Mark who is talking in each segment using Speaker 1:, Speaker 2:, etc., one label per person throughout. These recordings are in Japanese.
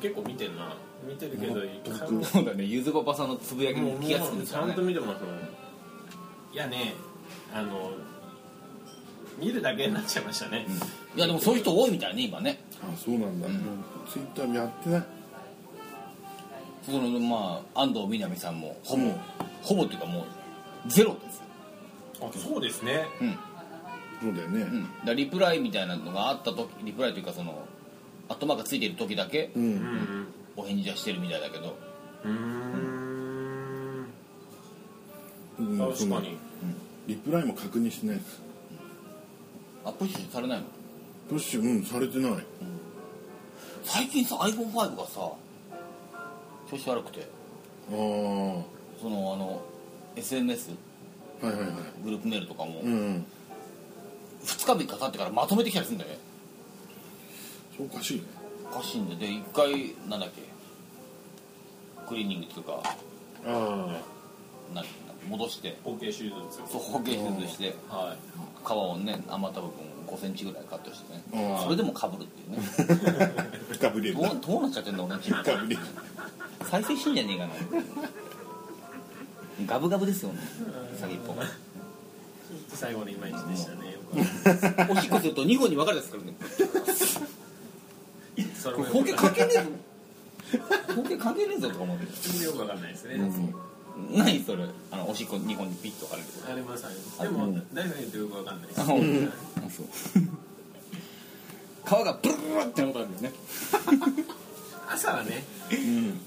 Speaker 1: 結構見てんな見てるけど一回も
Speaker 2: そうだねゆずばばさんのつぶやき
Speaker 1: も
Speaker 2: に
Speaker 1: う
Speaker 2: 気がつくん
Speaker 1: もう
Speaker 2: です
Speaker 1: ち
Speaker 2: よ
Speaker 1: ゃん
Speaker 2: ね
Speaker 1: と見てますもんいやねあの見るだけになっちゃいましたね、
Speaker 2: いやでもそういう人多いみたいね今ね
Speaker 3: あそうなんだ、もうツイッターやってない
Speaker 2: そのまあ安藤みなみさんもほぼ、
Speaker 3: うん
Speaker 2: ほぼっていうかもうゼロですよ
Speaker 1: あそうですね
Speaker 2: うん
Speaker 3: そうだよね
Speaker 2: うん、だからリプライみたいなのがあった時リプライというかそのアットマークがついてる時だけ
Speaker 3: うん、
Speaker 1: うん
Speaker 2: お返事はしてるみたいだけど
Speaker 1: うん
Speaker 3: うんそ
Speaker 1: 確か
Speaker 3: の
Speaker 1: に
Speaker 3: リプライも確認してないです
Speaker 2: あプッシュされないの
Speaker 3: プッシュうんされてない
Speaker 2: 最近さ iPhone5 がさ調子悪くて
Speaker 3: ああは
Speaker 2: そのあの SNS
Speaker 3: いはいはい
Speaker 2: グループメールとかも
Speaker 3: うん
Speaker 2: 2日目か経ってからまとめてきたりするんだよね
Speaker 3: そうおかしいね
Speaker 2: おかしいんでで1回なんだっけクリーニングっていうか
Speaker 3: あ
Speaker 2: なん戻して
Speaker 1: 後継手術
Speaker 2: そう保険手術して
Speaker 1: は
Speaker 2: 皮をね余った部分を5センチぐらいカットしてね
Speaker 3: あー
Speaker 2: それでもかぶるっていうね
Speaker 3: あ深ぶり
Speaker 2: ど
Speaker 3: だ
Speaker 2: うどうなっちゃってんだ俺のチーム
Speaker 3: 深ぶり
Speaker 2: 再生してんじゃねえかなガブガブですよね先っぽ
Speaker 1: いちょっと最後のイマイチでしたね
Speaker 2: おしっこすると2本に分かれたですからね
Speaker 1: それ
Speaker 2: こ
Speaker 1: も
Speaker 2: れ
Speaker 1: よ
Speaker 2: 包
Speaker 1: くわか
Speaker 2: 茎
Speaker 1: ん
Speaker 2: 関
Speaker 1: ない
Speaker 2: 係ねえぞ包茎関係ねえぞとか思うけ
Speaker 1: それもよくわかんないですね、
Speaker 2: ど何それあのおしっこ2本にピッと分かれる
Speaker 1: ありますありますでも、大さん言ってよくわかんないです、
Speaker 2: あほんそう皮がブルルルってなことあるよね
Speaker 1: 朝はね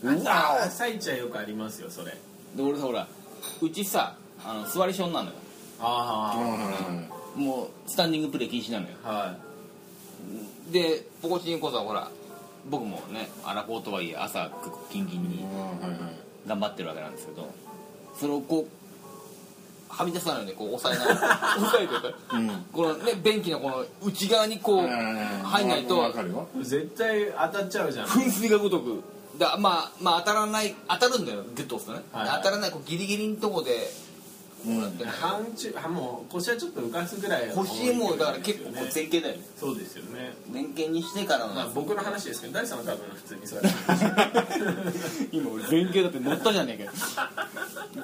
Speaker 2: うわ
Speaker 1: 朝朝一はよくありますよそれ
Speaker 2: おで俺さほらうちさあの座りションなのよ
Speaker 3: ああ
Speaker 1: あ
Speaker 3: は
Speaker 2: もうスタンディングプレー禁止なのよ
Speaker 1: あは
Speaker 2: でポコチンこそほら僕もねアラフォーとはいえ朝キンキン
Speaker 3: い
Speaker 2: に
Speaker 3: はいはい
Speaker 2: 頑張ってるわけなんですけどそれをこうはみ出さないのでこう押さえながら押さえてた
Speaker 3: うん
Speaker 2: このね便器のこの内側にこう入んない
Speaker 3: わ
Speaker 2: と
Speaker 3: かるよ
Speaker 1: い絶対当たっちゃうじゃん
Speaker 2: 噴水がごとくだまあまあ当たらない当たるんだよギュッと押すとね、
Speaker 1: はいはい
Speaker 2: 当たらないこうギリギリのとこで
Speaker 3: うん
Speaker 2: だって
Speaker 1: 半中あもう腰はちょっと浮かすぐらい
Speaker 2: 腰もうだから結構こう
Speaker 1: ね
Speaker 2: 前傾だよね
Speaker 1: そうですよね
Speaker 2: 前傾にしてからの
Speaker 1: まあ
Speaker 2: ね
Speaker 1: 僕の話ですけど大さんは多分普通にそれ
Speaker 2: 今俺前傾だって乗ったじゃねえか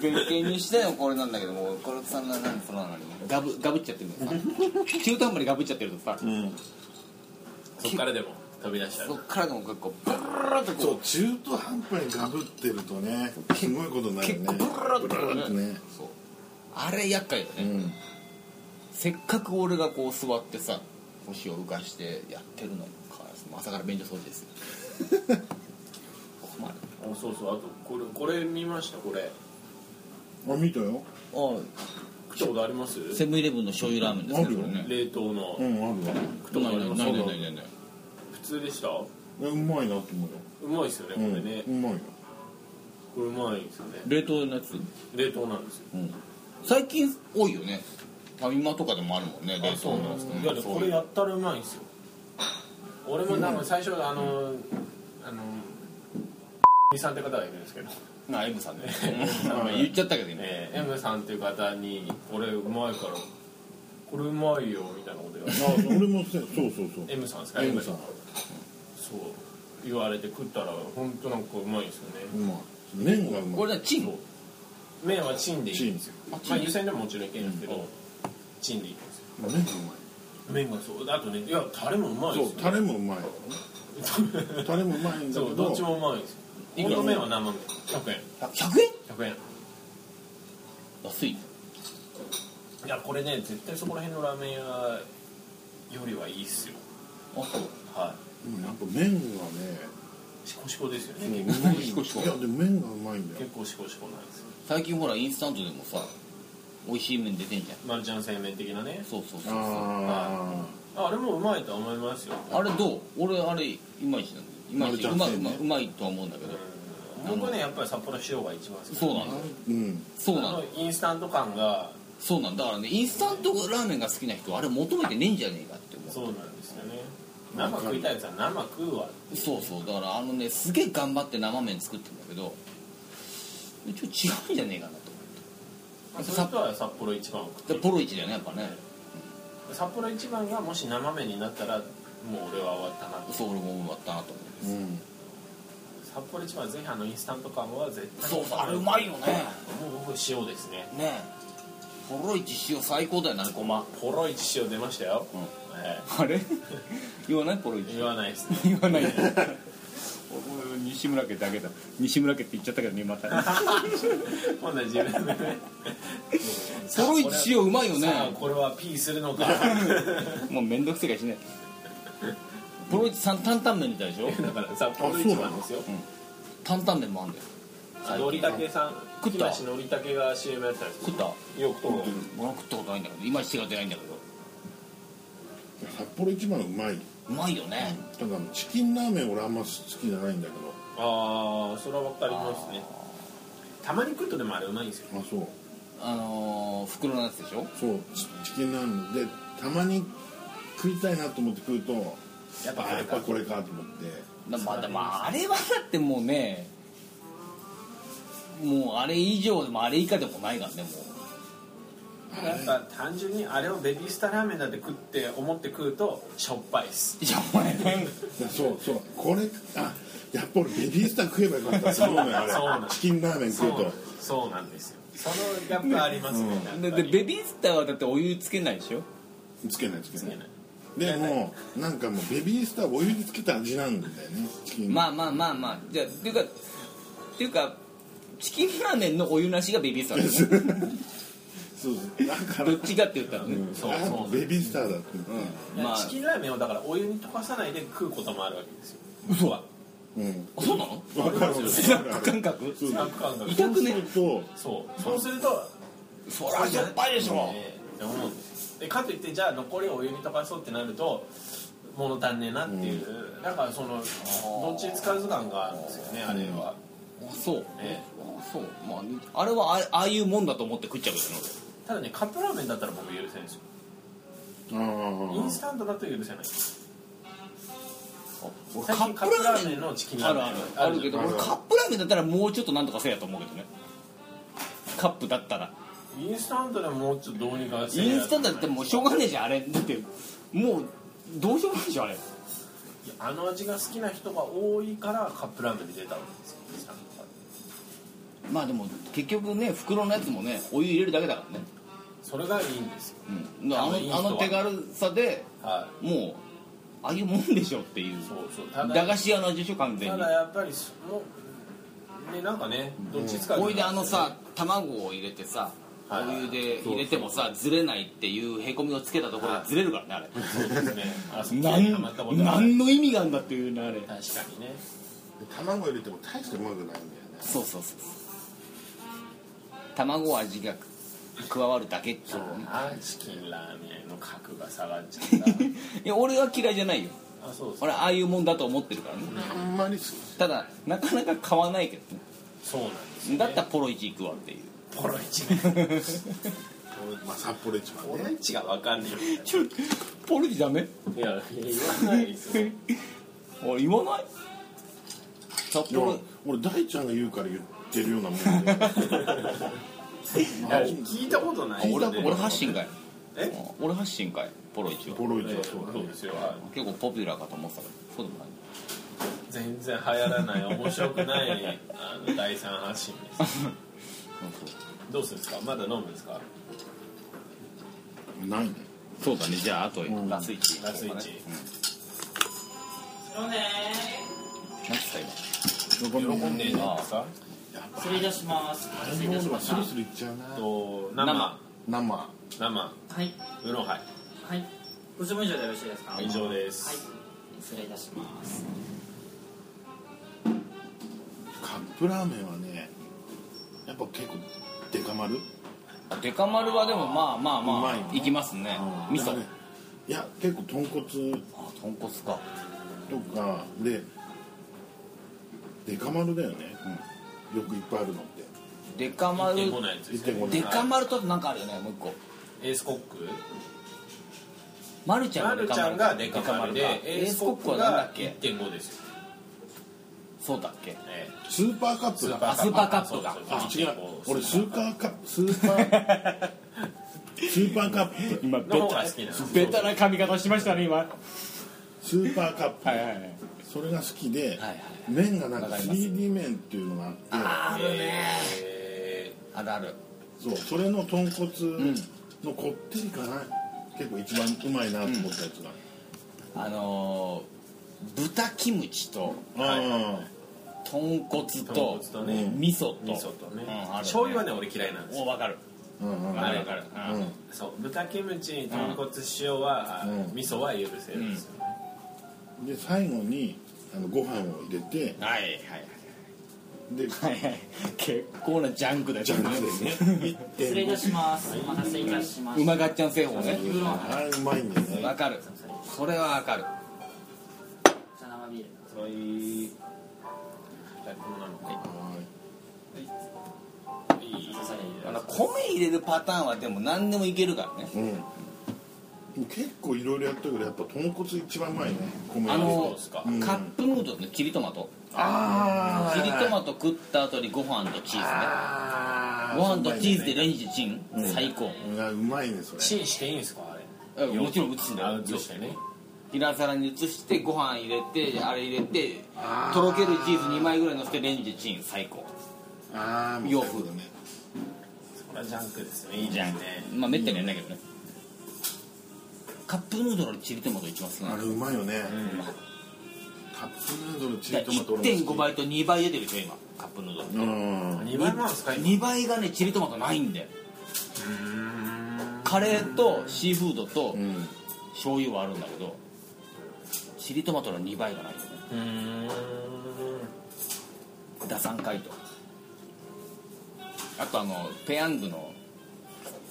Speaker 2: 前傾にしてのこれなんだけどもこれさんがなんそのなのにガブガブっちゃってるのさ中途半端にガブっちゃってるとさ、
Speaker 3: うん
Speaker 1: そっからでも飛び出しちゃ
Speaker 2: そっ
Speaker 1: う
Speaker 2: からでも結構ブルルルって
Speaker 3: そう
Speaker 2: こ
Speaker 3: 中途半端にかぶってるとねすごいことに
Speaker 2: う
Speaker 3: なる
Speaker 2: 結
Speaker 3: ね
Speaker 2: 構ブルル
Speaker 3: ブル
Speaker 2: ル
Speaker 3: ル
Speaker 2: っ
Speaker 3: ってて
Speaker 2: ね
Speaker 3: ね
Speaker 2: そうあれ厄介だ
Speaker 3: う
Speaker 2: ね、
Speaker 3: ん
Speaker 2: せっかく俺がこう座ってさ腰を浮かしてやってるのにか朝から便所掃除ですよ困る
Speaker 1: あそうそうあとこれこれ見ましたこれ
Speaker 3: あ見たよ
Speaker 2: あ
Speaker 1: 食ったことあります
Speaker 2: あセブンイレブンの醤油ラーメンですね
Speaker 3: あるよ
Speaker 2: これね
Speaker 1: 冷凍の、
Speaker 3: うんあるわ
Speaker 1: 食ったことあります
Speaker 2: ないないないないない
Speaker 1: 普通でしたう
Speaker 3: えうまいなと思うよ
Speaker 1: まいっすよねこ
Speaker 3: う
Speaker 1: れ
Speaker 3: ん
Speaker 1: ね、
Speaker 3: うまいよ
Speaker 1: これうまいですよね
Speaker 2: 冷凍のやつ
Speaker 1: 冷凍なんですよ
Speaker 2: うん最近多いよねファミマとかでもあるもんね冷
Speaker 1: あそうな
Speaker 2: 凍
Speaker 1: ん
Speaker 2: の
Speaker 1: ですか、
Speaker 2: うん
Speaker 1: いやでもこれやったらうまいんですよ俺も多分最初あのあのみさんって方がいるんですけど、
Speaker 2: まあ M さんねまあ言っちゃったけど今
Speaker 1: えー、M さんっていう方に「これうまいからこれうまいよ」みたいなこと言われて
Speaker 3: あ俺もせそうそうそう
Speaker 1: M さんですか
Speaker 3: M さん
Speaker 1: そう言われて食ったら本当なんかうまいんですよね
Speaker 3: うまい麺がうま
Speaker 2: こ
Speaker 3: い
Speaker 2: れねチン
Speaker 1: 麺はチンでい
Speaker 3: チ
Speaker 1: い
Speaker 3: ー
Speaker 1: ん
Speaker 3: ム
Speaker 1: ですよ
Speaker 2: あチ
Speaker 1: ま
Speaker 2: ン
Speaker 1: あ湯煎でももちろんいけるんですけど、チンでいいんですよ
Speaker 3: 麺がう
Speaker 1: 麺がそうあとねいやタレもうま
Speaker 3: ま
Speaker 1: い
Speaker 3: い
Speaker 1: で
Speaker 3: そ
Speaker 1: す
Speaker 3: う
Speaker 1: よ
Speaker 3: タレもうまいタレもうまいんだけ
Speaker 1: そう
Speaker 3: ど
Speaker 1: どっちもうまいですよいくら麺は生麺100円
Speaker 2: 100円
Speaker 1: 100円
Speaker 2: 安い
Speaker 1: いやこれね絶対そこら辺のラーメン屋よりはいいっすよ
Speaker 2: あそう
Speaker 1: は
Speaker 3: うんなんか麺が
Speaker 1: いシコシコですよね
Speaker 3: ねうまい
Speaker 2: シコシコ
Speaker 3: いやでも麺がうまいんだよ
Speaker 1: 結構シコシコなんですよ
Speaker 2: 最近ほらインスタントでもさ美味しい麺出てんじゃん
Speaker 1: マルちゃん製麺的なね
Speaker 2: そうそうそうそうあ
Speaker 3: あ
Speaker 1: ああれもうまいとは思いますよ
Speaker 2: れどう俺あれいまいちなんだよいまいちう
Speaker 3: マ
Speaker 2: ま
Speaker 3: ルちゃん
Speaker 2: う
Speaker 3: ね
Speaker 2: まうまいとは思うんだけど
Speaker 1: うん僕ねやっぱり札幌塩が一番好き
Speaker 2: そうな
Speaker 3: あ
Speaker 2: んだよ
Speaker 3: うん
Speaker 2: そうなん
Speaker 1: あ
Speaker 2: だ
Speaker 1: の
Speaker 2: よ
Speaker 1: インスタント感が
Speaker 2: そうなんだだからねインスタントラーメンが好きな人はあれ求めてねえんじゃねえかって思う
Speaker 1: そうなんですよね生食いたいやつは生食うわ
Speaker 2: そうそうだからあのねすげえ頑張って生麺作ってるんだけどちょっと違うんじゃねえかなと
Speaker 1: まあそれとは札幌一番を食って
Speaker 2: で
Speaker 1: る
Speaker 2: ポロイチだよねやっぱね
Speaker 1: 札幌一番がもし生麺になったらもう俺は終わったなと
Speaker 2: そう俺も思ったなと思うんです
Speaker 3: うん
Speaker 1: 札幌一番ぜひあのインスタント感は絶対
Speaker 2: そうあれうまいよね
Speaker 1: もう僕塩ですね
Speaker 2: ねえポロイチ塩最高だよなごま
Speaker 1: ポロイチ塩出ましたよ、
Speaker 2: うん
Speaker 1: え
Speaker 2: あれ言わないポロイ
Speaker 1: え
Speaker 2: チ
Speaker 1: 言わない ですね
Speaker 2: 言わないで俺西村家だけだ西村家って言っちゃったけどねまた
Speaker 1: 今度は自分でね
Speaker 2: ポロイチ塩うまいよね
Speaker 1: さあこれはピーするのか
Speaker 2: もうめんどくせえからしないポロイチさん担々麺みたいでしょ
Speaker 1: だからさポロイチなんですよ
Speaker 2: 担々麺もあんだよ
Speaker 1: あのりたけさん
Speaker 2: 食っ
Speaker 1: 木
Speaker 2: た
Speaker 1: 梨のりたけが CM やってたんです
Speaker 2: 食った
Speaker 1: よよくとも
Speaker 2: 俺は食ったことないんだけど今手が出ないんだけど
Speaker 3: 札幌一番うまいう
Speaker 2: まいよね
Speaker 3: ただあのチキンラーメン俺あんま好きじゃないんだけど
Speaker 1: ああそれは分かりますねたまに食うとでもあれうまいんですよ
Speaker 3: あそう
Speaker 2: あのー、袋のやつでしょ
Speaker 3: そうチチキンラーメンでたまに食いたいなと思って食うと
Speaker 1: やっぱ
Speaker 3: あ
Speaker 1: こ
Speaker 3: や
Speaker 1: れ
Speaker 3: っ
Speaker 1: か
Speaker 3: ぱこれかと思って
Speaker 2: だまあ、まあ、あれはだってもうねもうあれ以上でもあれ以下でもないからねも
Speaker 1: やっぱ単純にあれをベビースターラーメンだって食って思って食うとしょっぱいっす
Speaker 2: ういやお前ね
Speaker 3: いやそうそうこれあやっぱ俺ベビースター食えばよかった
Speaker 1: そうな
Speaker 3: のよ
Speaker 1: んそうな
Speaker 3: あ
Speaker 1: ん
Speaker 3: れチキンラーメン
Speaker 1: そ
Speaker 3: 食う
Speaker 1: う
Speaker 3: と
Speaker 1: そうなんですよそのギャップありますねやっぱり
Speaker 2: ででベビースターはだってお湯つけないでしょ
Speaker 3: つけないつけ
Speaker 1: つ
Speaker 3: な
Speaker 1: け
Speaker 3: い
Speaker 1: ない
Speaker 3: でもなんかもうベビースターお湯でつけた味なんだよねチキン
Speaker 2: まあまあまあまあじゃあっていうかっていうかチキンラーメンのお湯なしがベビースターだよね
Speaker 3: そうそうだから
Speaker 2: どっちかって言ったらね、
Speaker 1: そう
Speaker 3: あ
Speaker 1: そう
Speaker 3: ベビースターだって、
Speaker 2: まあ
Speaker 1: チキンラーメンをだからお湯に溶かさないで食うこともあるわけですよ嘘は
Speaker 3: うん
Speaker 2: あそうなの
Speaker 3: わかる
Speaker 2: スナック感覚
Speaker 3: そう
Speaker 1: 感覚
Speaker 2: 痛くね
Speaker 3: そう
Speaker 1: そうそうすると
Speaker 2: そりゃしょっぱいでしょ
Speaker 1: ええって思うんですでかといってじゃあ残りをお湯に溶かそうってなると物足んねえなっていう、だからそのどっちに使う図鑑があるんですよねあれは、
Speaker 2: あそう
Speaker 1: え
Speaker 2: あそうまああれはあああいうもんだと思って食っちゃうけどね
Speaker 1: ただねカップラーメンだったら僕許せないですよ
Speaker 3: あー
Speaker 1: インスタントだと許せないです
Speaker 2: 俺
Speaker 1: 最近カップラーメンのチキンラー
Speaker 2: あ
Speaker 1: メ
Speaker 2: る
Speaker 1: ン
Speaker 2: あるあるけど
Speaker 3: ある
Speaker 2: 俺カップラーメンだったらもうちょっとなんとかせえやと思うけどねカップだったら
Speaker 1: インスタントでもうちょっとどうにかして
Speaker 2: インスタだってもうしょうがねえじゃんあれだってもうどうしようもないじゃんあれ
Speaker 1: あの味が好きな人が多いからカップラーメンで出たわけですよインスタントが
Speaker 2: まあでも結局ね袋のやつもねお湯入れるだけだからね、
Speaker 1: それがいいんですよ
Speaker 2: うん、あの
Speaker 1: 多分いい人は
Speaker 2: あの手軽さで
Speaker 1: は
Speaker 2: もうああいうもんでしょっていう
Speaker 1: いそうそうただ
Speaker 2: 駄菓子屋の味でしょ完全
Speaker 1: た
Speaker 2: に
Speaker 1: だやっぱりそもうねなんかねどっち使うか
Speaker 2: おいであのさ卵を入れてさ
Speaker 1: はい
Speaker 2: お湯で入れてもさずれないっていうへこみをつけたところ
Speaker 1: は
Speaker 2: で
Speaker 1: い
Speaker 2: ずれるからねあれ
Speaker 1: そうですねあそこにはまったこと
Speaker 2: 何
Speaker 1: ない
Speaker 2: 何の意味があんだっていうねあれ
Speaker 1: 確かにね
Speaker 3: 卵入れても大してうまくないんだよね
Speaker 2: そうそうそう卵味が加わるだけってい
Speaker 1: そうう
Speaker 2: ね
Speaker 1: なチキンラーメンの格が下がっちゃった
Speaker 2: いや俺は嫌いじゃないよ
Speaker 1: あそうです
Speaker 2: 俺はああいうもんだと思ってるからね
Speaker 3: あんまり好き
Speaker 2: ただなかなか買わないけどね
Speaker 1: そうなんですよね
Speaker 2: だったらポロイチ行くわっていう
Speaker 1: ポロイチね
Speaker 3: まあ札幌一番
Speaker 1: ポロ
Speaker 3: ね
Speaker 1: イチがわかんね
Speaker 2: ちょポロイチダメ
Speaker 1: えいやいや言わない ですよ
Speaker 2: おい言わない札
Speaker 3: いや
Speaker 2: 幌
Speaker 3: 俺大ちゃんが言うから言ってるようなもんで
Speaker 1: いや聞いたことない
Speaker 3: 聞いたことない
Speaker 2: 俺発信かい
Speaker 1: え
Speaker 2: 俺発信かいポロイチは
Speaker 3: ポロイチ
Speaker 1: え
Speaker 3: はそうだ
Speaker 1: そう
Speaker 3: ね
Speaker 1: ですよはい
Speaker 2: 結構ポピュラーかと思ってたけどそうでもない
Speaker 1: 全然流行らない面白くない あの第三発信ですどうするんですかまだ飲むんですか
Speaker 3: ないね
Speaker 2: そうだねじゃああと
Speaker 3: ん
Speaker 2: ラスイチ
Speaker 1: ラスイチ
Speaker 2: 何すか今
Speaker 3: 喜
Speaker 1: 喜んでんじゃないですか
Speaker 4: 失礼いたします。失礼いたしまし
Speaker 3: ス
Speaker 4: た。
Speaker 3: ルスルいっちゃうな
Speaker 1: と生
Speaker 3: 生
Speaker 1: 生
Speaker 4: はい。
Speaker 1: ウーロンハイ
Speaker 4: はい。ご質問以上でよろしいですか。
Speaker 1: 以上
Speaker 4: はい。
Speaker 1: です、
Speaker 4: 失礼いたします。
Speaker 3: カップラーメンはねやっぱ結構デカ丸
Speaker 2: デカ丸はでもまあまあま
Speaker 3: うまい
Speaker 2: あ
Speaker 3: よ
Speaker 2: いきますね
Speaker 3: うんだ
Speaker 2: 味噌
Speaker 3: からねいや結構豚骨
Speaker 2: あ豚骨か
Speaker 3: とかでデカ丸だよねよくいっぱいあるのって
Speaker 2: デカ丸
Speaker 1: 1.5のやつですね
Speaker 3: 1.5の
Speaker 2: デカ丸となんかあるよねもう一個
Speaker 1: エースコック
Speaker 2: マルちゃ
Speaker 1: ま
Speaker 2: んが
Speaker 1: る
Speaker 2: デカ
Speaker 1: ちゃん
Speaker 2: 丸
Speaker 1: が
Speaker 2: か
Speaker 1: デカ丸で
Speaker 2: デカ丸か
Speaker 1: エースコック
Speaker 2: エースコックはなんだ
Speaker 1: が
Speaker 2: っけ
Speaker 1: 1.5ですよ、
Speaker 2: そうだっけ
Speaker 1: え
Speaker 3: スーパーカップだ
Speaker 2: あスーパーカップか
Speaker 1: そう
Speaker 3: あ
Speaker 1: そう
Speaker 3: 違
Speaker 1: そう
Speaker 3: 俺スーパーカップスーパースーパーカップ
Speaker 2: 今
Speaker 1: の方が好きなの
Speaker 2: ベタな髪型しましたね今は
Speaker 3: スーパーカップ
Speaker 2: いはいはい
Speaker 3: スそれが好きで、
Speaker 2: はいはい
Speaker 3: 麺がなんか
Speaker 2: わかります
Speaker 3: 3D 麺っていうのがあっ
Speaker 2: あるね
Speaker 1: え
Speaker 2: あるある
Speaker 3: てそうそれの豚骨
Speaker 2: ん
Speaker 3: のこってりかな、結構一番うまいなと思ったやつが、
Speaker 2: あのー豚キムチと
Speaker 3: あ
Speaker 2: 豚骨
Speaker 1: ー、
Speaker 2: と
Speaker 1: 豚骨とね、
Speaker 2: 味噌
Speaker 1: 味
Speaker 2: と
Speaker 1: 噌とね,、
Speaker 2: うんあるね
Speaker 1: 醤油はね俺嫌いなんです
Speaker 2: お
Speaker 1: よ
Speaker 2: 分かる
Speaker 3: あうんうんうん
Speaker 2: 分かる分かる
Speaker 3: う
Speaker 2: うん
Speaker 3: ん
Speaker 1: そう豚キムチ豚骨塩は、
Speaker 3: うん
Speaker 1: 味噌は許せるんですよ、
Speaker 3: で最後にあのご飯を入れて
Speaker 2: はいはいはい
Speaker 3: で
Speaker 2: はいはい結構なジャンクだよ
Speaker 3: ジャンクですね
Speaker 4: 失礼いたし
Speaker 3: ま
Speaker 4: ますお待たせいたしま
Speaker 2: う
Speaker 4: し
Speaker 2: ま
Speaker 4: た
Speaker 2: がっちゃん製法ね
Speaker 4: ウーロンハ
Speaker 3: あ
Speaker 4: イ
Speaker 3: れうまいんだよね
Speaker 2: 分かるそれは分かる
Speaker 4: じゃあ生ビール
Speaker 1: そういうタイプなのか
Speaker 3: は
Speaker 1: ないい
Speaker 4: 刺される
Speaker 2: あの米入れるパターンはでも何でもいけるからね
Speaker 3: いうんでも結構いろいろやったけどやっぱ豚骨一番うまいね米
Speaker 2: あ
Speaker 1: そう
Speaker 2: の
Speaker 1: ですか
Speaker 2: カップヌードルの切りトマト
Speaker 3: あ
Speaker 2: チリトマ
Speaker 3: ト
Speaker 2: ト食った後にご飯とチーズね
Speaker 3: あ
Speaker 2: ご飯とチーズで
Speaker 3: ね
Speaker 2: レンジでチン
Speaker 3: うん
Speaker 2: 最高
Speaker 3: うまいねそれ
Speaker 1: チンしていいんですかあれ
Speaker 2: えもちろん移すんだ
Speaker 1: あ
Speaker 2: よ
Speaker 1: 移してね
Speaker 2: 平皿に移してご飯入れてあれ入れてとろけるチーズ2枚ぐらいのせてレンジでチン最高
Speaker 3: ああ
Speaker 2: 洋風
Speaker 3: だね
Speaker 1: これはジャンクですねいいじゃんね
Speaker 2: まあめったにやんないけどねカップヌードルのチリトマト一番好きな
Speaker 3: あ
Speaker 2: の
Speaker 3: れうまいよね
Speaker 1: うん
Speaker 3: カップヌードルチリトマト俺も好き
Speaker 2: 1.5倍と2倍出てるでしょ今カップヌードル
Speaker 3: うん
Speaker 1: 2倍なんですか
Speaker 2: 2倍がねチリトマトないんでカレーとシーフードと
Speaker 3: うん
Speaker 2: 醤油はあるんだけどチリトマトの2倍がないよね
Speaker 1: うーん
Speaker 2: 打算回答あとあのペヤングの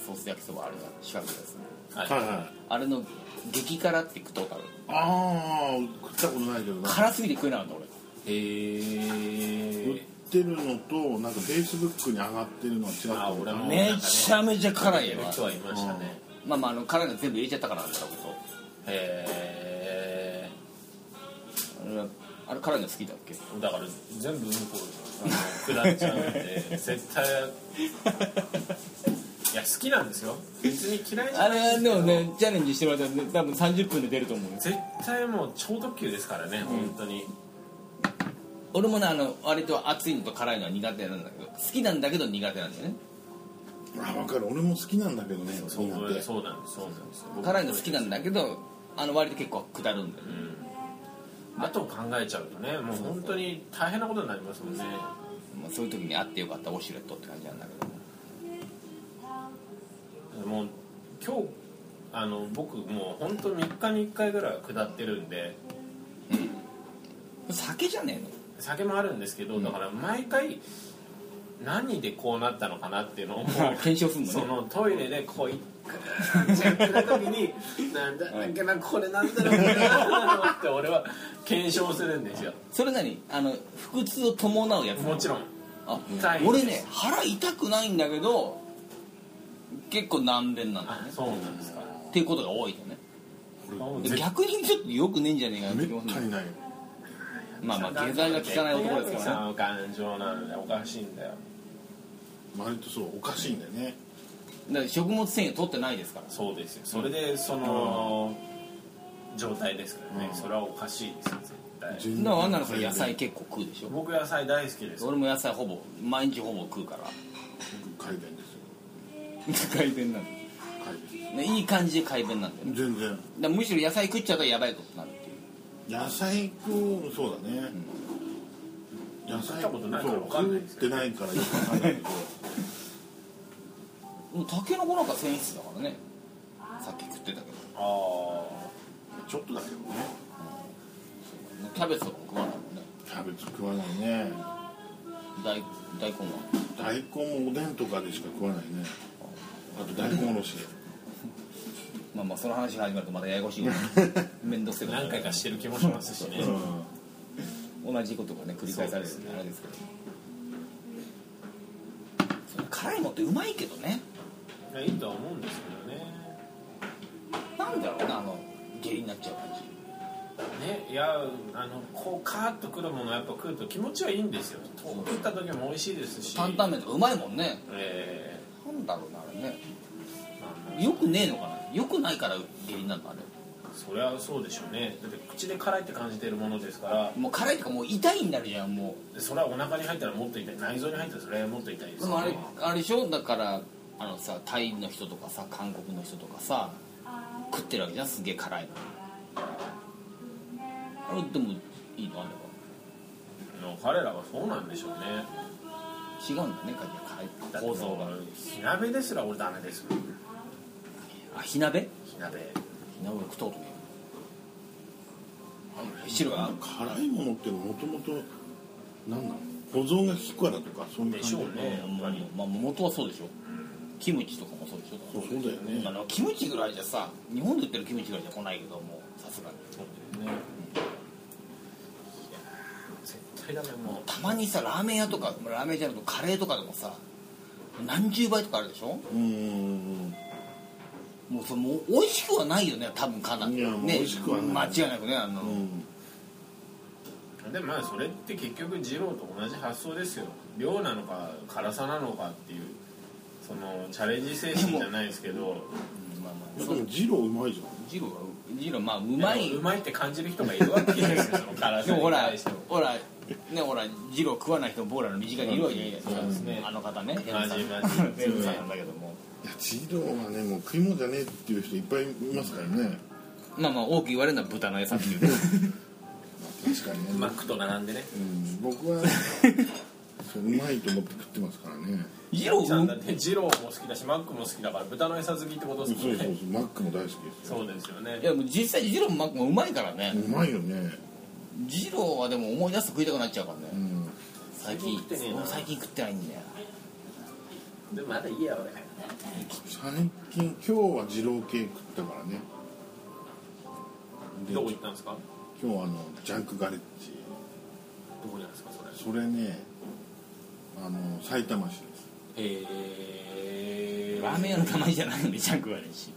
Speaker 2: ソース焼きそばあるじゃん四角いやつ
Speaker 1: は
Speaker 3: はいいはい
Speaker 2: あれの激辛って食ったことある
Speaker 3: ああ食ったことないけどな
Speaker 2: 辛すぎて食えなかった俺
Speaker 1: へ
Speaker 3: 売っ
Speaker 1: え
Speaker 3: てるのとなんかフェイスブックに上がってるのは違った
Speaker 1: あ俺も
Speaker 2: めちゃめちゃ辛いよ
Speaker 1: 人はいましたね
Speaker 2: まあまああの辛いの全部入れちゃったからなんだろう
Speaker 1: へえ
Speaker 2: けどあれはあれ辛いの好きだっけ
Speaker 1: だから全部うんこあの下っちゃうんで絶対いや好きなんですよ別に嫌いじ
Speaker 2: あ
Speaker 1: ゃな
Speaker 2: れ
Speaker 1: いですけど
Speaker 2: はでもねチャレンジしてもらったら、ね、多分30分で出ると思うよ
Speaker 1: 絶対もう超特急ですからね本当に
Speaker 2: 俺もねあの割と熱いのと辛いのは苦手なんだけど好きなんだけど苦手なんだよね
Speaker 3: あ分かる俺も好きなんだけどね
Speaker 1: そう
Speaker 3: 苦手
Speaker 1: そうなんですそうなんです僕も
Speaker 2: 辛いの好きなんだけどあの割と結構下るんだよね
Speaker 1: あと考えちゃうとねもう本当に大変なことになりますもんね
Speaker 2: まあ、そういう時にあってよかったウォシュレットって感じなんだけど
Speaker 1: もう今日あの僕もう本当3日に1回ぐらいは下ってるんで
Speaker 2: 酒じゃね
Speaker 1: 酒もあるんですけどだから毎回何でこうなったのかなっていうの を
Speaker 2: えの検証すんの
Speaker 1: そ
Speaker 2: ね
Speaker 1: のトイレでこういっちゃってる時 に「なんだっけなこれなんだろうな」って俺は検証するんですよ
Speaker 2: それなにあの腹痛を伴うやつ
Speaker 1: もちろん
Speaker 2: あ
Speaker 1: 痛いです
Speaker 2: 俺ね腹痛くないんだけど結構難便なんだ
Speaker 1: あそうなんですか
Speaker 2: っていうことが多いとね
Speaker 1: もう
Speaker 2: で
Speaker 1: 絶
Speaker 2: 逆にちょっとよくねえんじゃねえかなって
Speaker 3: めっ
Speaker 2: 気もする
Speaker 3: たにない
Speaker 2: まあまあ下剤が効かない男ですからね
Speaker 1: ね感情なのでおかしいんだよ
Speaker 3: 割とそうおかしいんだよね
Speaker 2: だから食物繊維を取ってないですから
Speaker 1: そうですよそれでその、状態ですからね、
Speaker 3: うん
Speaker 1: それはおかしいですよ絶対
Speaker 3: 全然
Speaker 2: だからあんなのさ野菜結構食うでしょ
Speaker 1: 僕野菜大好きです
Speaker 2: 俺も野菜ほぼ毎日ほぼ食うから
Speaker 3: 改善ですよ
Speaker 2: 改便なん
Speaker 3: 改善
Speaker 2: だいい感じで改便なんだよね
Speaker 3: 全然
Speaker 2: だからむしろ野菜食っちゃうとやばいことになるっていう
Speaker 3: 野菜食うそうだね、野
Speaker 1: 食っ
Speaker 3: 菜
Speaker 1: たことないから
Speaker 3: そう
Speaker 1: わかんないです
Speaker 3: 食ってないからよくわかんないけど
Speaker 2: もうタケノコなんか繊維質だからねさっき食ってたけど
Speaker 1: ああ
Speaker 3: ちょっとだけどね
Speaker 2: キャベツとかも食わないもんね
Speaker 3: キャベツ食わないね
Speaker 2: 大大根は
Speaker 3: 大根もおでんとかでしか食わないねあと大根おろし
Speaker 2: まあまあその話が始まるとまたややこしいよね めんどくせえこと
Speaker 1: 何回かしてる気もしますしね
Speaker 3: うん
Speaker 2: 同じことがね繰り返されるんであれですけどそう辛いのってうまいけどね
Speaker 1: いやいいとは思うんですけどね
Speaker 2: なんだろうなあの下痢になっちゃう感じ
Speaker 1: ねいやあのこうカーッとくるものやっぱ食うと気持ちはいいんですよ食った時も美味しいですし
Speaker 2: 担々麺とかうまいもんね
Speaker 1: え
Speaker 2: なんだろうなあれね
Speaker 1: えまあ
Speaker 2: よくねえのかなよくないから下痢になるのあれ
Speaker 1: そりゃそうでしょうねだって口で辛いって感じてるものですから
Speaker 2: もう辛いとかもう痛いになるじゃんも
Speaker 1: でそれはお腹に入ったらもっと痛い内臓に入ったらそれはもっと痛いです
Speaker 2: うで
Speaker 1: よ
Speaker 2: もあ
Speaker 1: ね
Speaker 2: れあれでしょだからあのさタイの人とかさ韓国の人とかさ食ってるわけじゃんすげえ辛いのあれでもいいのあれは
Speaker 1: の彼らはそうなんでしょうね
Speaker 2: 違うんだね辛い構造が
Speaker 1: 火鍋ですら俺ダメですもん
Speaker 2: あ火鍋
Speaker 1: 火鍋
Speaker 2: 火鍋食ったことねえ汁は
Speaker 3: 辛いものってもともと何なの保存が効くからとかそういう感
Speaker 1: で
Speaker 3: じ
Speaker 1: しょうねやっぱり
Speaker 2: まあ元はそうでしょキムチとかもそうでし
Speaker 3: そ
Speaker 2: ょ
Speaker 3: うそうだよね
Speaker 2: あのキムチぐらいじゃさ日本で売ってるキムチぐらいじゃ来ないけどもうさすが
Speaker 1: ね
Speaker 2: に
Speaker 1: いや絶対ダメも
Speaker 2: たまにさラーメン屋とかラーメン屋じゃなくてカレーとかでもさ何十倍とかあるでしょ
Speaker 3: うーん
Speaker 2: もうそのもう美味しくはないよね多分かなり
Speaker 3: いやもう
Speaker 2: ね
Speaker 3: 美味しくはない
Speaker 2: 間違いなくねあの、
Speaker 3: うん
Speaker 1: うでもまあそれって結局二郎と同じ発想ですよ量なのか辛さなのかっていうそのチャレンジ精神じゃないですけど
Speaker 2: うんまあまあ
Speaker 3: で
Speaker 2: そう
Speaker 3: もジローうまいじゃん
Speaker 2: ジローはジローまあうまい
Speaker 1: でもうまいって感じる人がいるわけですよその辛
Speaker 2: で
Speaker 1: さ
Speaker 2: も
Speaker 1: に
Speaker 2: ほら
Speaker 1: 対しても
Speaker 2: ほらねほらジロー食わない人もボーラーの身近にいるわけじゃないですか
Speaker 1: そうですね
Speaker 2: あの方ね
Speaker 1: マジマジ
Speaker 2: ゼロさんなんだけども
Speaker 3: いやジローはねもう食い物じゃねえっていう人いっぱいいますからね
Speaker 2: まあまあ多く言われるのは豚の餌っていうね
Speaker 3: 確かにね、
Speaker 1: マックと並んでね
Speaker 3: うん、僕はそううまいと思って食ってますからね
Speaker 2: ジ
Speaker 1: ジ
Speaker 2: ロ
Speaker 1: ローちゃ
Speaker 2: ー
Speaker 1: んだってジローも好きだしマックも好きだから豚の餌好きってこと
Speaker 3: そ
Speaker 1: で
Speaker 3: う
Speaker 1: す
Speaker 3: そ
Speaker 1: もん
Speaker 3: うそう
Speaker 1: ね
Speaker 3: マックも大好きですよ
Speaker 1: そうですよね
Speaker 2: いやもう実際ジローもマックもうまいからね
Speaker 3: うまいよね
Speaker 2: ジローはでも思い出すと食いたくなっちゃうからね、
Speaker 3: うん
Speaker 2: 最近
Speaker 1: 最近食ってねえな
Speaker 2: そう最近食ってないんだよ
Speaker 1: でもまだいいや俺
Speaker 3: 最近今日は二郎系食ったからねで
Speaker 1: どこ行ったんですか
Speaker 3: 今日はあのジャンクガレッジ
Speaker 1: どこにあるんですかそれ
Speaker 3: それねあの埼玉市です
Speaker 1: へえ
Speaker 2: ラーメン屋の名前じゃないのでジャンクがあるし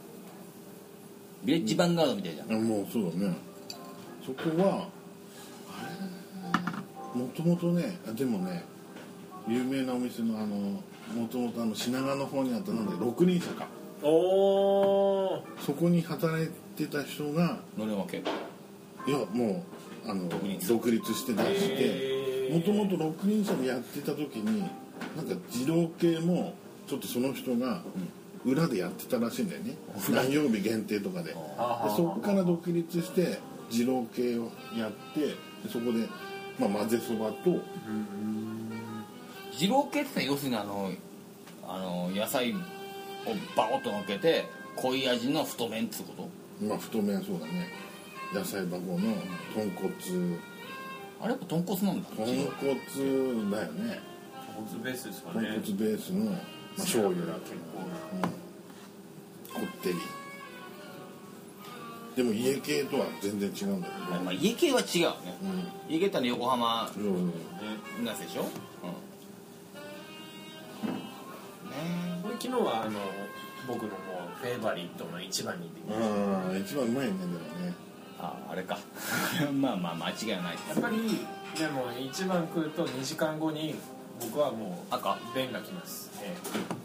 Speaker 2: ビレッジヴァンガードみたいじゃん
Speaker 3: あもうそうだねそこはあれもともとねあでもね有名なお店のあのもともとあの品川の方にあったなんで六輪車か
Speaker 1: おお
Speaker 3: そこに働いてた人が
Speaker 2: 乗れわけ
Speaker 3: いやもうあの独
Speaker 2: 立
Speaker 3: 立して出してもともと六輪車でやってた時になんか二郎系もちょっとその人が裏でやってたらしいんだよね何曜日限定とかででそこから独立して二郎系をやってでそこで、まあ、混ぜそばと
Speaker 2: 二郎系ってのは要するにあのあの野菜をバコッとのっけて濃い味の太麺っつうこ
Speaker 3: まあ太麺そうだね野菜箱の豚骨
Speaker 2: とあれやっぱ豚骨なんだ
Speaker 3: 豚骨だよね
Speaker 1: 骨ベースですか
Speaker 3: 豚
Speaker 1: ね
Speaker 3: 骨ベースの、まあ、醤油だ
Speaker 1: 結構
Speaker 3: うんこってりでも家系とは全然違うんだけど、
Speaker 2: まあ、家系は違うね
Speaker 3: うん
Speaker 2: 家系ってあの横浜
Speaker 3: そうそう
Speaker 1: ね
Speaker 2: なやつでしょうんね
Speaker 1: これ昨日はあの僕のもうフェイバリットの一番に行ってき
Speaker 3: そう
Speaker 1: ま
Speaker 3: ああ一番うまいねでもね
Speaker 2: ああれか まあまあまあ間違いない
Speaker 1: すやっぱりでも一番食うと2時間後に僕はもう
Speaker 2: 赤
Speaker 1: 便がきます、ええ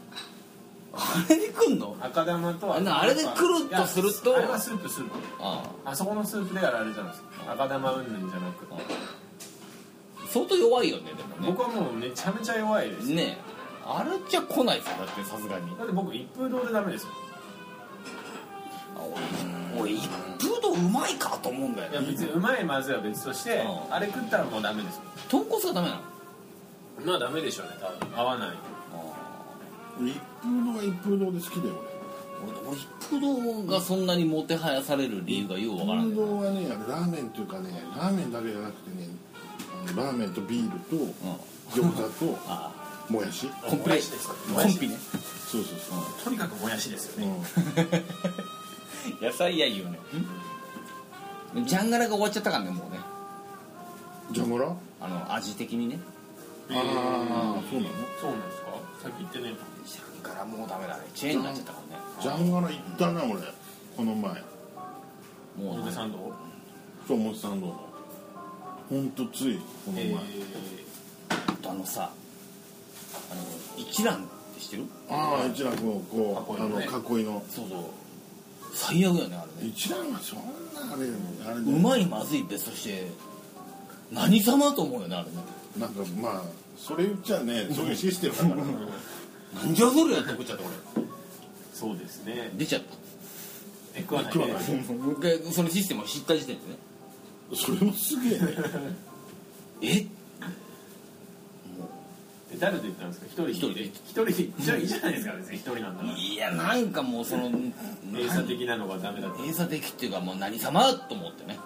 Speaker 2: あれで来んの
Speaker 1: 赤玉と
Speaker 2: あなあれでくるっとすると
Speaker 1: いやあれはスープスープ
Speaker 2: あ
Speaker 1: あそこのスープでやられちゃうんです赤玉うんぬんじゃなく
Speaker 2: あ相当弱いよねでもね
Speaker 1: 僕はもうめちゃめちゃ弱いです
Speaker 2: ねえあれじゃ来ないさだってさすがに
Speaker 1: だって僕一風堂でダメですよ
Speaker 2: 俺俺一風堂うまいかと思うんだ
Speaker 1: いや
Speaker 2: よね
Speaker 1: 別にうまいまずいは別として
Speaker 2: うん
Speaker 1: あれ食ったらもうダメですよ
Speaker 2: 豚骨がダメなの
Speaker 1: まあダメでしょうね多分合わない
Speaker 3: 一風堂は一風堂で好きだよ
Speaker 2: 俺俺一風堂がそんなにもてはやされる理由がようわか
Speaker 3: 俺
Speaker 2: らん
Speaker 3: 一風
Speaker 2: ね
Speaker 3: 堂はねラーメンっていうかねラーメンだけじゃなくてねあのラーメンとビールと餃子と
Speaker 2: あ
Speaker 3: もやし
Speaker 2: あコン
Speaker 1: も
Speaker 2: プレコ
Speaker 1: やしですよ
Speaker 2: ンピね
Speaker 3: そうそうそ
Speaker 1: とにかくもやしですよ
Speaker 3: う、
Speaker 1: ね、
Speaker 3: う
Speaker 2: 野菜やいよねジャンガラが終わっちゃったからねもうね
Speaker 3: ん、じゃがらあ
Speaker 2: あの味的にね
Speaker 3: あそうなの
Speaker 1: そうなんですかさっき言ってね
Speaker 2: ジャンガラもうダメだねチェーンになっちゃったからね
Speaker 3: じゃんがら行ったな俺この前
Speaker 2: もう
Speaker 1: 表参道
Speaker 3: そうもちさんどうのほんとついこの前、
Speaker 1: え
Speaker 2: あのさあの一蘭って知ってる
Speaker 3: ああ一覧こうこ
Speaker 1: 囲いう
Speaker 3: あ
Speaker 1: の
Speaker 3: の
Speaker 1: ね
Speaker 3: 囲いの
Speaker 2: そうそう最悪よねあれね
Speaker 3: 一蘭はそんなあれよあれ
Speaker 2: うまいまずい別として何様と思うよねあれね
Speaker 3: なんかまあそれ言っちゃねそういうシステムだから
Speaker 2: なんじゃそれやって思っちゃった俺
Speaker 1: そうですね
Speaker 2: 出ちゃっ
Speaker 1: え食わない
Speaker 3: 食わ
Speaker 1: ね
Speaker 3: ない
Speaker 2: たもう一回そのシステムを知った時点でね
Speaker 3: それもすげえね
Speaker 2: え
Speaker 1: え誰と言ったんですか一人で
Speaker 2: 一人で
Speaker 1: 一人でじゃあいいじゃないですか別に一人なんだから
Speaker 2: いやなんかもうその
Speaker 1: 閉鎖的なのがダメだった
Speaker 2: 閉鎖的っていうかもう何様と思ってね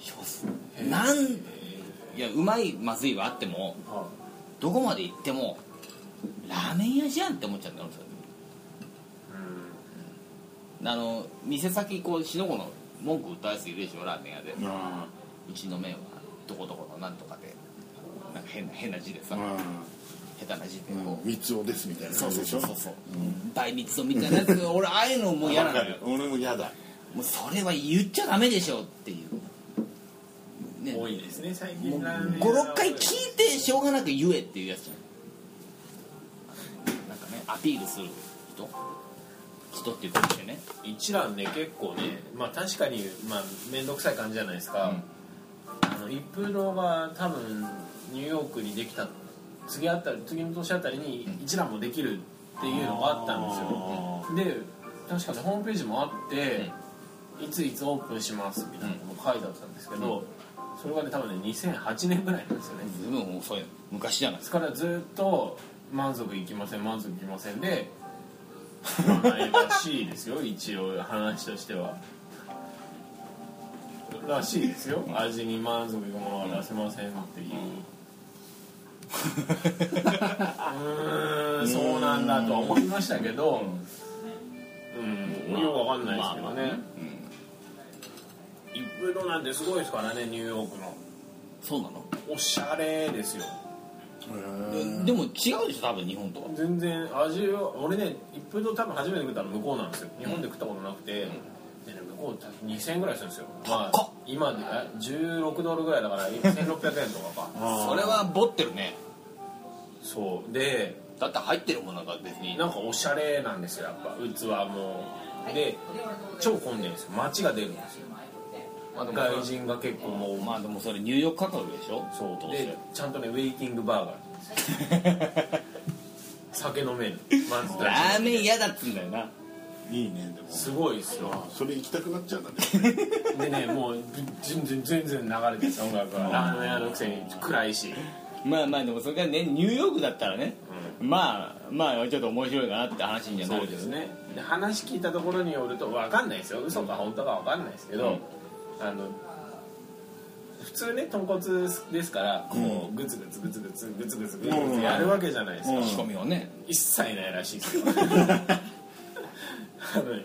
Speaker 2: 少数なんいやうまいまずいはあっても
Speaker 1: あ
Speaker 2: どこまで行ってもラーメン屋じゃんって思っちゃうんだよ
Speaker 1: うん
Speaker 2: あの店先こうしのこの文句歌うやついるでしょラーメン屋で
Speaker 3: あ
Speaker 2: うちの麺はどこどこのなんとかでなんか変な変な字で
Speaker 3: あ
Speaker 2: さ
Speaker 3: あ
Speaker 2: 下手な字で
Speaker 3: あ
Speaker 2: こう、
Speaker 3: 三つ男ですみたいな
Speaker 2: そうそうそうそう
Speaker 3: う
Speaker 2: そう倍密度みたいなやつ俺ああいうのもう嫌なのよ
Speaker 3: 俺も嫌だ
Speaker 2: もうそれは言っちゃダメでしょっていうね
Speaker 1: 多いですね最
Speaker 2: もう
Speaker 1: 近ラーメン屋は
Speaker 2: 56回聞いてしょうがなく言えっていうやつじゃんなんかねアピールする人人っていうかね
Speaker 1: 一蘭ね結構ねまあ確かにまあ面倒くさい感じじゃないですか、あの一風堂が多分ニューヨークにできた次あたり次の年あたりに一蘭もできるっていうのがあったんですよ、で確かにホームページもあって、いついつオープンしますみたいなのも書いてあったんですけど、それがね多分ね2008年ぐらいなんですよね、
Speaker 2: ずいぶん遅いの昔じゃな いで
Speaker 1: ですすからずっと満足いきません満足いきませんでまあらしいです よ一応話としては。らしいですよ味に満足いくものは出せませんっていううーんそうなんだとは思いましたけどうんよくわかんないですけどね一風堂なんてすごいですからねニューヨークの
Speaker 2: そうなの、
Speaker 1: おしゃれですよ
Speaker 2: でも違うでしょ多分日本とは
Speaker 1: 全然味は俺ね一風堂多分初めて食ったの向こうなんですよ日本で食ったことなくて、でね向こうた2000円ぐらいするんですよ、ま
Speaker 2: 高っ
Speaker 1: あ、今でえ16ドルぐらいだから1600円とか か
Speaker 2: それはボってるね
Speaker 1: そうで
Speaker 2: だって入ってるものが別に
Speaker 1: なんかおしゃれなんですよやっぱ器もで超混んでるんですよ街が出るんですよ
Speaker 2: まあでも
Speaker 1: 外人が結構もう、
Speaker 2: まあでもそれニューヨーク価格でしょ
Speaker 1: そう
Speaker 2: どうせ
Speaker 1: でちゃんとねウェイティングバーガーって酒飲めるまず
Speaker 2: ラーメン嫌だっつうんだよない
Speaker 3: いねでも
Speaker 1: すごいですよ
Speaker 3: あそれ行きたくなっちゃうんだね
Speaker 1: でねもう全然全然流れてる音楽がラーメン屋のくせに暗いし
Speaker 2: まあまあでもそれがねニューヨークだったらね、まあまあちょっと面白いかなって話にはなるけどね
Speaker 1: ねで話聞いたところによると分かんないですよ嘘か本当か分かんないですけど、あの普通ね豚骨ですからこうグツグツグツグツグツグツグツグツやるわけじゃないですか、
Speaker 2: 仕込みをね
Speaker 1: 一切ないらしいですよあのね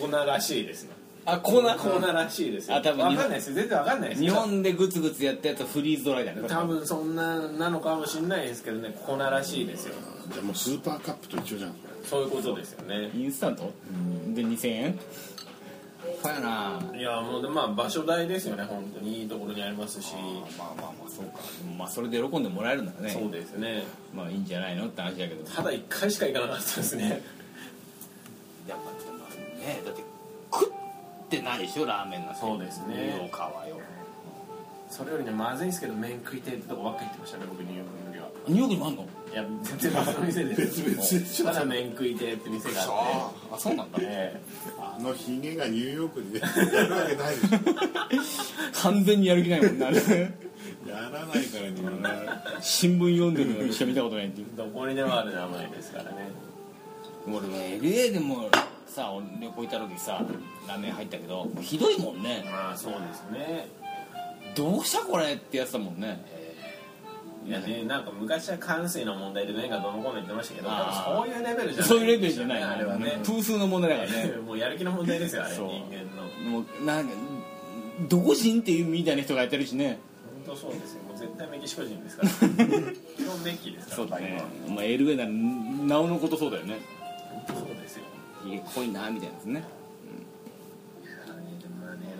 Speaker 1: 粉らしいですね
Speaker 2: あコーナーコ
Speaker 1: 粉
Speaker 2: ーナー
Speaker 1: らしいですよ
Speaker 2: あ多分
Speaker 1: 分
Speaker 2: 日本
Speaker 1: かんないですよ全然分かんないですよ
Speaker 2: 日本でグツグツやったやつはフリーズドライだね
Speaker 1: 多分そんななのかもしれないですけどね粉らしいですよ
Speaker 3: じゃあもうスーパーカップと一緒じゃんこ
Speaker 1: そういうことですよね
Speaker 2: インスタントで2000円そうやなまあ
Speaker 1: いやもうでまあ場所代ですよね本当にいいところにありますし
Speaker 2: まあまあそうかまあそれで喜んでもらえるなら
Speaker 1: そ
Speaker 2: ね
Speaker 1: うですね
Speaker 2: まあいいんじゃないのって話だけど
Speaker 1: ただ1回しか行かなかったですね
Speaker 2: やっぱでもねだって食ってないでしょラーメンなんて
Speaker 1: そうですね
Speaker 2: ニューヨーカーはよ
Speaker 1: それよりねまずいんですけど麺食いてえってとこばっかり行ってましたね僕ニューヨークの時は
Speaker 2: ニューヨークにもあんの
Speaker 1: いや全然別の店です
Speaker 3: 別々でしょ
Speaker 1: ただ麺食いてえって店があっ
Speaker 2: ああそうなんだ
Speaker 1: て、え
Speaker 3: れあのヒゲがニューヨークでやるわけないでし
Speaker 2: 完全にやる気ないもんな
Speaker 3: ょやらないからにはな
Speaker 2: 新聞読んでるのにしか見たことないっていう
Speaker 1: えどこにでもある名前ですからね
Speaker 2: 俺も LA でもさ俺旅行行った時さラーメン入ったけどもうひどいもんね
Speaker 1: まあそうですね
Speaker 2: どうしたこれってやつだもんね
Speaker 1: いやねなんか昔は関西の問題で麺がどのこうの言ってましたけど多
Speaker 2: あー
Speaker 1: 分そういうレベルじゃない
Speaker 2: そういうレベルじゃない
Speaker 1: あれはね
Speaker 2: プー数の問題だからね
Speaker 1: もうやる気の問題ですよあれ
Speaker 2: そう
Speaker 1: 人間の
Speaker 2: もうなんかどこ人っていうみたいな人がやってるしね
Speaker 1: 本当そうですよもう絶対メキシコ人ですから 基本メッキですから
Speaker 2: まあ LA ならなおのことそうだよね
Speaker 1: そうですよ
Speaker 2: いや濃いなみたいなやつね
Speaker 1: まあね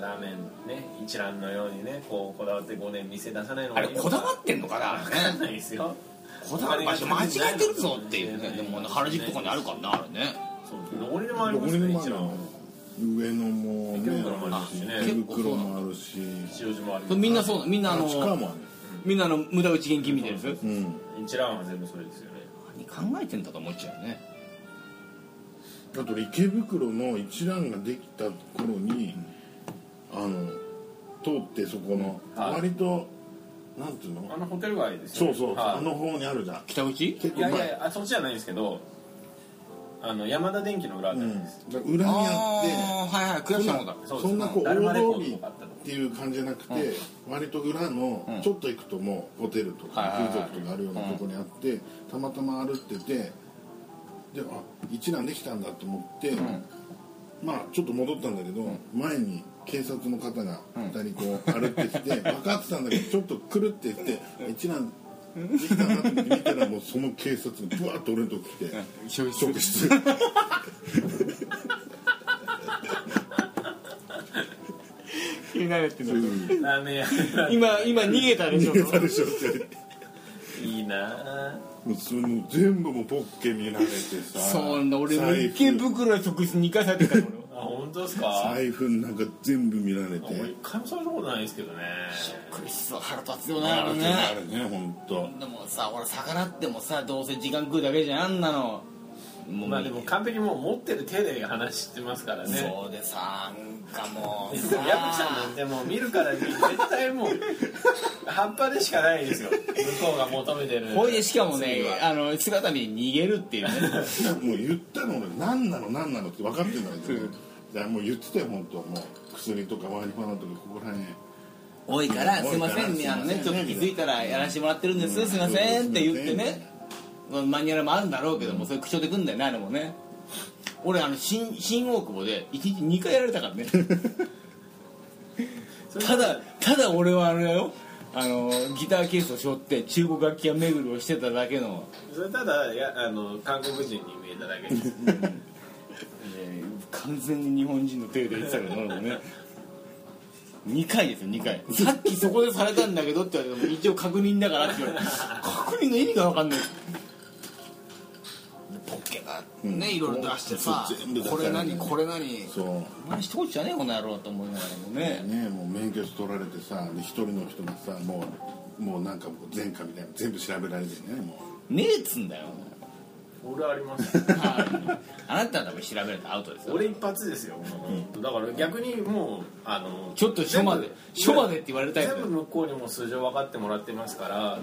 Speaker 1: ラーメンね一蘭のようにねこうこだわって5年店出さないの
Speaker 2: あ
Speaker 1: が
Speaker 2: れ
Speaker 1: いいの
Speaker 2: こだわってんのかな
Speaker 1: わかんないですよ
Speaker 2: こだわり間違えてるぞっていうねでもね原宿とかにあるからなあれね
Speaker 1: そうどこにでもあり
Speaker 3: ど
Speaker 1: ま
Speaker 3: こ
Speaker 1: す
Speaker 3: に
Speaker 1: ね
Speaker 3: でもあ
Speaker 1: 一
Speaker 3: るの
Speaker 1: 番
Speaker 3: 上野も
Speaker 1: 池
Speaker 3: ね
Speaker 1: 袋もありますしね
Speaker 3: 池袋もあるし
Speaker 1: 吉祥寺もあり
Speaker 2: みんなそうみんなあの
Speaker 3: 立川もある
Speaker 2: みんなあの無駄打ち元気見てるんですよ
Speaker 3: うん
Speaker 1: 一覧は全部それですよね
Speaker 2: 何考えてんだと思っちゃうよね
Speaker 3: あと池袋の一覧ができた頃にあの通ってそこの
Speaker 1: はい
Speaker 3: 割となんていう
Speaker 1: あ
Speaker 3: の
Speaker 1: のホテル街ですよ
Speaker 3: そう
Speaker 1: ね
Speaker 3: そう
Speaker 1: はい
Speaker 3: あの方にあるじゃん
Speaker 2: 北口
Speaker 3: 結
Speaker 1: い
Speaker 3: 構
Speaker 1: や
Speaker 3: 前
Speaker 1: いやあそっちじゃないんですけどあの山田電機の裏あた
Speaker 3: う
Speaker 1: り
Speaker 3: ん
Speaker 1: です、
Speaker 3: だから裏にあ
Speaker 2: あーはいはい悔しいもんだ
Speaker 3: って
Speaker 1: そう
Speaker 3: そんなこう
Speaker 1: ダルマレコ
Speaker 3: 大
Speaker 1: ー
Speaker 3: 通
Speaker 1: ド
Speaker 3: り
Speaker 1: とかあったと
Speaker 3: っていう感じじゃなくて割と裏の
Speaker 2: うん
Speaker 3: ちょっと行くともうホテルと
Speaker 2: はい
Speaker 3: か
Speaker 2: はいはい
Speaker 3: 風俗とかあるようなとこにあってたまたま歩っててであ一覧できたんだと思って
Speaker 2: ん
Speaker 3: まあちょっと戻ったんだけど前に警察の方が2人こう歩ってきて分かってたんだけどちょっと来るって言って一覧できたなって見たらもうその警察がブワーッと俺のとこ来て
Speaker 2: 消
Speaker 3: 職質
Speaker 2: 失気になるって な
Speaker 1: ラーメン屋
Speaker 2: 今今逃げたでしょ
Speaker 3: 逃げたでしょって言って
Speaker 1: いいなあ
Speaker 3: もうそれもう全部もうポッケ見られてさ
Speaker 2: そうなんだ俺も
Speaker 3: 財布
Speaker 2: 池袋で即室2回されてるから俺
Speaker 1: あ本当ですか
Speaker 3: 財布なんか全部見られて
Speaker 1: 俺一回もされたことないですけどね
Speaker 2: クリスは腹立つよね
Speaker 3: あ
Speaker 2: あれ
Speaker 3: るね
Speaker 2: ね
Speaker 3: あるね本当。
Speaker 2: でもさ俺魚ってもさどうせ時間食うだけじゃんあんなのもう
Speaker 1: まあでも完璧にもう持ってる手で話してますからね
Speaker 2: そうでさなんかもう
Speaker 1: でも矢吹さんなんてもう見るからに絶対もう葉っぱでしかないですよ向こうが求めてる
Speaker 2: ほいでしかもね
Speaker 1: 次は
Speaker 2: あの姿見に逃げるっていうね
Speaker 3: もう言ったの俺何なの何なのって分かってんだけどいやもう言ってたよ本当もう薬とかマリファナとかここら辺
Speaker 2: 多いから
Speaker 3: 多いから
Speaker 2: すいませ
Speaker 3: す
Speaker 2: ん
Speaker 3: い
Speaker 2: ね
Speaker 3: ま
Speaker 2: あ
Speaker 3: せん
Speaker 2: のねちょっと気づいたらやらせてもらってるんですすいませんって言ってねまあマニュアルもあるんだろうけどもそれ口調でくんだよねあれもね俺あの新新大久保で1日2回やられたからねただただ俺はあれだよあのギターケースを背負って中国楽器屋巡りをしてただけの
Speaker 1: それただやあの韓国人に見えただけです
Speaker 2: えー完全に日本人の手で言ってたけど俺もね2回ですよ2回 さっきそこでされたんだけどって言われても一応確認だからって言われて確認の意味が分かんないポッケが
Speaker 3: う
Speaker 2: ね、
Speaker 3: ん
Speaker 2: いろいろ出してさ
Speaker 3: そう全部出さ
Speaker 2: こ
Speaker 3: れ
Speaker 2: れ
Speaker 3: る
Speaker 2: 何これ何
Speaker 3: そ
Speaker 2: お前一言じゃねえこの野郎と思いながらも
Speaker 3: う
Speaker 2: ね
Speaker 3: ねもう免許取られてさで一人の人がさもうもうなんかもう前科みたいなの全部調べられてねも
Speaker 2: ねえっつんだよ
Speaker 1: 俺あります
Speaker 2: お前はいあなたは多分調べられたらアウトですよ
Speaker 1: 俺一発ですよ、だから逆にもうあの
Speaker 2: ちょっと署ま
Speaker 1: 全
Speaker 2: で
Speaker 1: 部
Speaker 2: 署までって言われたやつ
Speaker 1: 全部向こうにも素性分かってもらってますから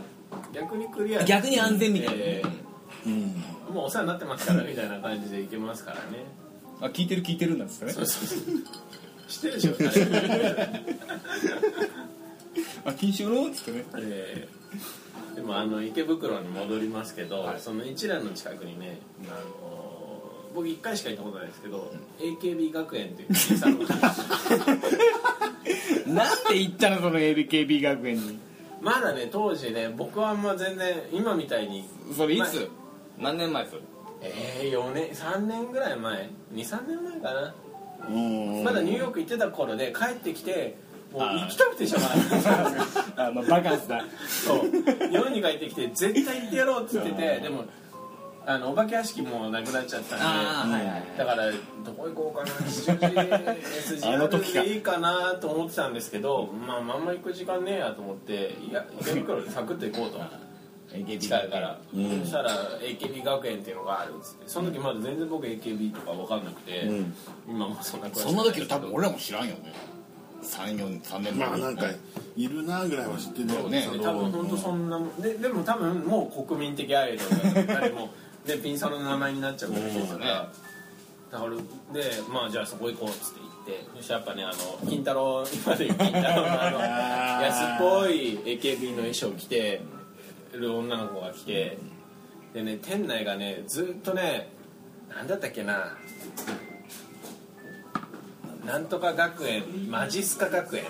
Speaker 1: 逆にクリア
Speaker 2: 逆に安全みたいな、
Speaker 1: え
Speaker 3: ううん
Speaker 1: ーもうお世話になってますからみたいな感じでいけますからね
Speaker 2: あ聞いてる聞いてるなんですかね
Speaker 1: そうそうそうしてるでし ょ大体
Speaker 2: あ禁酒のっつってね
Speaker 1: えーでもあの池袋に戻りますけど、その一蘭の近くにね、あのー僕一回しか行ったことないですけど、AKB 学園っていう小さな
Speaker 2: なんで行ったのその LKB 学園に
Speaker 1: まだね当時ね僕はあんま全然今みたいに
Speaker 2: それい
Speaker 1: まあ
Speaker 2: つ何年前それ
Speaker 1: えー、4年3年ぐらい前23年前かな、
Speaker 3: うん
Speaker 1: まだニューヨーク行ってた頃で帰ってきてもう
Speaker 2: あー
Speaker 1: 行きたくてしょうがない
Speaker 2: あ、まあ、バカンスだ
Speaker 1: そう日本に帰ってきて絶対行ってやろうって言っててでもあのお化け屋敷もなくなっちゃったんで、
Speaker 2: あーはいはいはい
Speaker 1: だからどこ行こうかな吉祥寺
Speaker 2: あの時か
Speaker 1: SGR でいいかなと思ってたんですけど、まあ、あんま行く時間ねえやと思っていや池袋でサクッと行こうと。
Speaker 2: AKB
Speaker 1: 近いから、そしたら AKB 学園っていうのがあるっつってその時まだ全然僕 AKB とか分かんなくて、
Speaker 3: うん
Speaker 1: 今もそんな詳しく
Speaker 2: そんな時多分俺らも知らんよね34年前
Speaker 3: まあなんかいるなぐらいは知ってた
Speaker 2: そうね
Speaker 1: 多分本当そんなもんででも多分もう国民的アイドルだったりもうでピンサロの名前になっちゃうから
Speaker 3: そうだ
Speaker 1: だか
Speaker 2: ね
Speaker 1: らでまあじゃあそこ行こうっつって行ってそしたらやっぱねあの金太郎今で言う金太郎のあの安っぽい AKB の衣装着てる女の子が来てでね店内がねずっとねなんだったっけななんとか学園マジスカ学園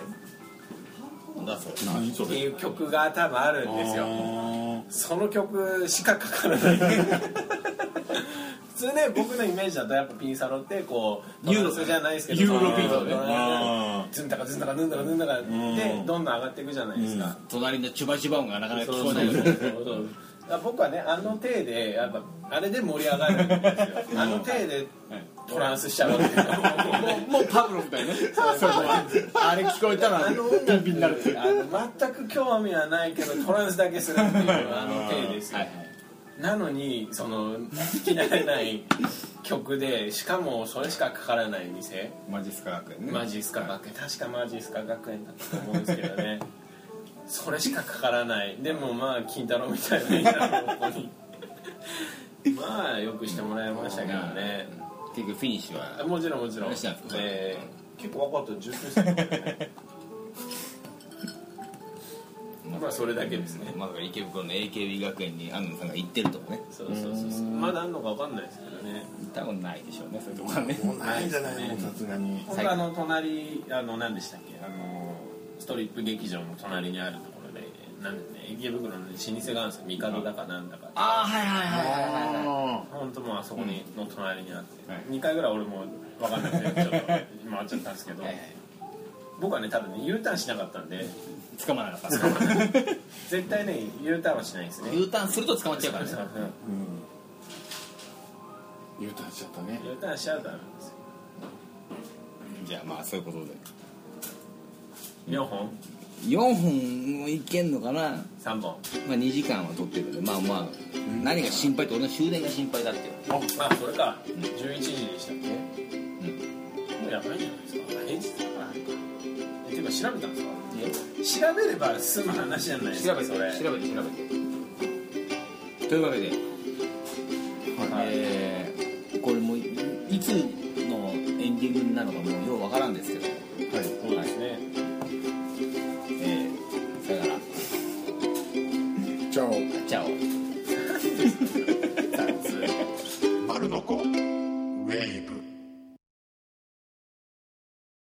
Speaker 2: だそう
Speaker 3: 何そ
Speaker 1: って
Speaker 3: れ
Speaker 1: いう曲が多分あるんですよ
Speaker 3: あ
Speaker 1: その曲しかかからない普通ね僕のイメージだとやっぱピンサロってこう
Speaker 2: ユーロ
Speaker 1: トラスじゃないですけど
Speaker 2: ユーロピンサロね
Speaker 1: トラス
Speaker 3: あ
Speaker 1: ズンタカズンタカズンタカズンタカで
Speaker 3: ん
Speaker 1: どんどん上がっていくじゃないですか、
Speaker 2: 隣のチュバチュバ音がなかなか
Speaker 1: そう
Speaker 2: 聞
Speaker 1: そ
Speaker 2: こ
Speaker 1: うそ
Speaker 2: え
Speaker 1: う
Speaker 2: ないよね
Speaker 1: そうだから僕はねあの体でやっぱあれで盛り上がるんですよあの体でトランスしちゃうわけ
Speaker 2: もうもうパブロフだよねそこはあれ聞こえたらドンピになるっていう
Speaker 1: あの全く興味はないけどトランスだけするっていうあの体ですよ、
Speaker 2: はいはい
Speaker 1: なのにその聞き慣れない曲でしかもそれしかかからない店
Speaker 2: マジっすか学園ね
Speaker 1: マジスカ学園確かマジスカ学園だったと思うんですけど ねそれしかかからないでもまあ金太郎みたいな金太郎の子にまあよくしてもらいましたけどね
Speaker 2: 結局フィニッシュは
Speaker 1: もちろんもちろん
Speaker 2: どうしたんですか
Speaker 1: えー結構若かった19歳だった ね まあそれだけですね
Speaker 2: まだ池袋の AKB 学園に安野さんが行ってるとかね
Speaker 1: そうそうそうそうまだあんのか分かんないですけどね
Speaker 2: 多分ないでしょうねそういうとこはね
Speaker 3: もうないんじゃないのさすがに
Speaker 1: 本当あの隣あの何でしたっけあのストリップ劇場の隣にあるところでなんでね池袋の老舗があるんですよ帝だかなんだか
Speaker 2: ああはいはいはいはいはい
Speaker 3: あ
Speaker 1: 本当もうあそこにの隣にあって、
Speaker 2: はい
Speaker 1: 2回ぐらい俺も分かんなくてちょっと回っちゃったんですけど
Speaker 2: はいはい
Speaker 1: 僕はね多分ね U ターンしなかったんで
Speaker 2: 捕まらなかった
Speaker 1: 絶対ね U ターンはしないんですね
Speaker 2: U ターンすると捕まっちゃうからね
Speaker 1: う
Speaker 3: あ U ターンしちゃったね
Speaker 1: ん U ターンしちゃうとダメなんですよ
Speaker 2: じゃあまあそういうことで
Speaker 1: 4本
Speaker 2: 4本もいけんのかな、
Speaker 1: 3本
Speaker 2: まあ、2時間は取ってるんでまあまあ何が心配って俺の終電が心配だってよ
Speaker 1: あそれか11時でしたっけ、もうやばいんじゃないですかあ平日だからなんかえていうか調べたんですか調べれば済む話じゃないです
Speaker 2: 調
Speaker 1: か
Speaker 2: べて
Speaker 1: それ
Speaker 2: 調べて調べてというわけで、えーこれもいいつのエンディングになるのかもうようわからんですけど